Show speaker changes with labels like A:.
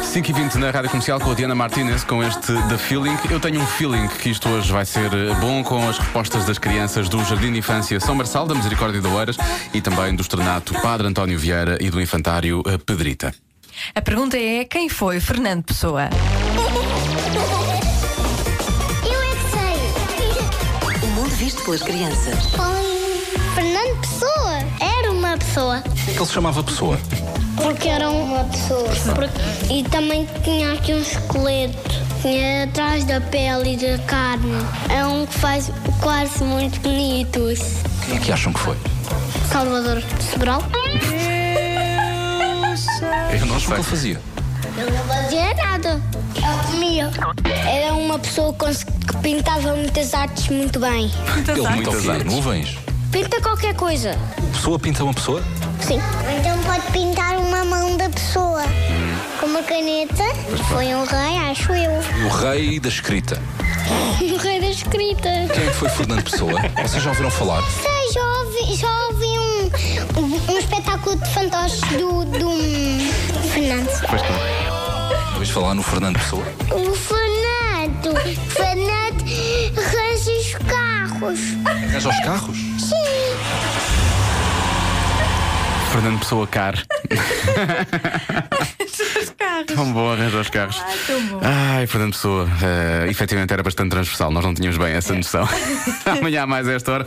A: 5h20 na Rádio Comercial com a Diana Martinez com este The Feeling. Eu tenho um feeling que isto hoje vai ser eh, bom com as respostas das crianças do Jardim de Infância São Marçal, da Misericórdia de Oeiras e também do Estrenato Padre António Vieira e do Infantário eh, Pedrita.
B: A pergunta é quem foi Fernando Pessoa?
C: Eu é que sei.
D: O mundo visto pelas crianças.
C: Fernando Pessoa era uma pessoa.
A: É que ele se chamava Pessoa?
C: Porque era uma pessoa. Porque- E também tinha aqui um esqueleto. Tinha atrás da pele e da carne. É um que faz quase muito bonitos.
A: Quem é que acham que foi?
C: Salvador Sobral.
A: Eu não sei. O É que ele fazia?
C: Eu não fazia nada. Eu comia. Era uma pessoa que pintava muitas artes muito bem.
B: Muitas
E: Ele
B: artes.
E: pinta as nuvens.
C: Pinta qualquer coisa.
E: Pessoa pinta uma pessoa?
C: Sim. Então pode pintar uma mão da pessoa. Com uma caneta. Foi um rei, acho eu.
E: O rei da escrita.
C: Um rei da escrita.
E: Quem é que foi Fernando Pessoa? Vocês já ouviram falar?
C: Sei, já ouvi, já ouvi um, um, um espetáculo de fantoches do, do Fernando.
E: Ouvis falar no Fernando Pessoa?
C: O Fernando. Fernando arranja os carros.
E: Arranja aos carros?
C: Sim.
A: Fernando Pessoa Car.
B: Os carros.
A: Tão bom arranjar os carros. Ai,
B: tão bom.
A: Fernando
B: É.
A: Pessoa, eh, efetivamente era bastante transversal, nós não tínhamos bem essa noção. Amanhã, a mais a esta hora.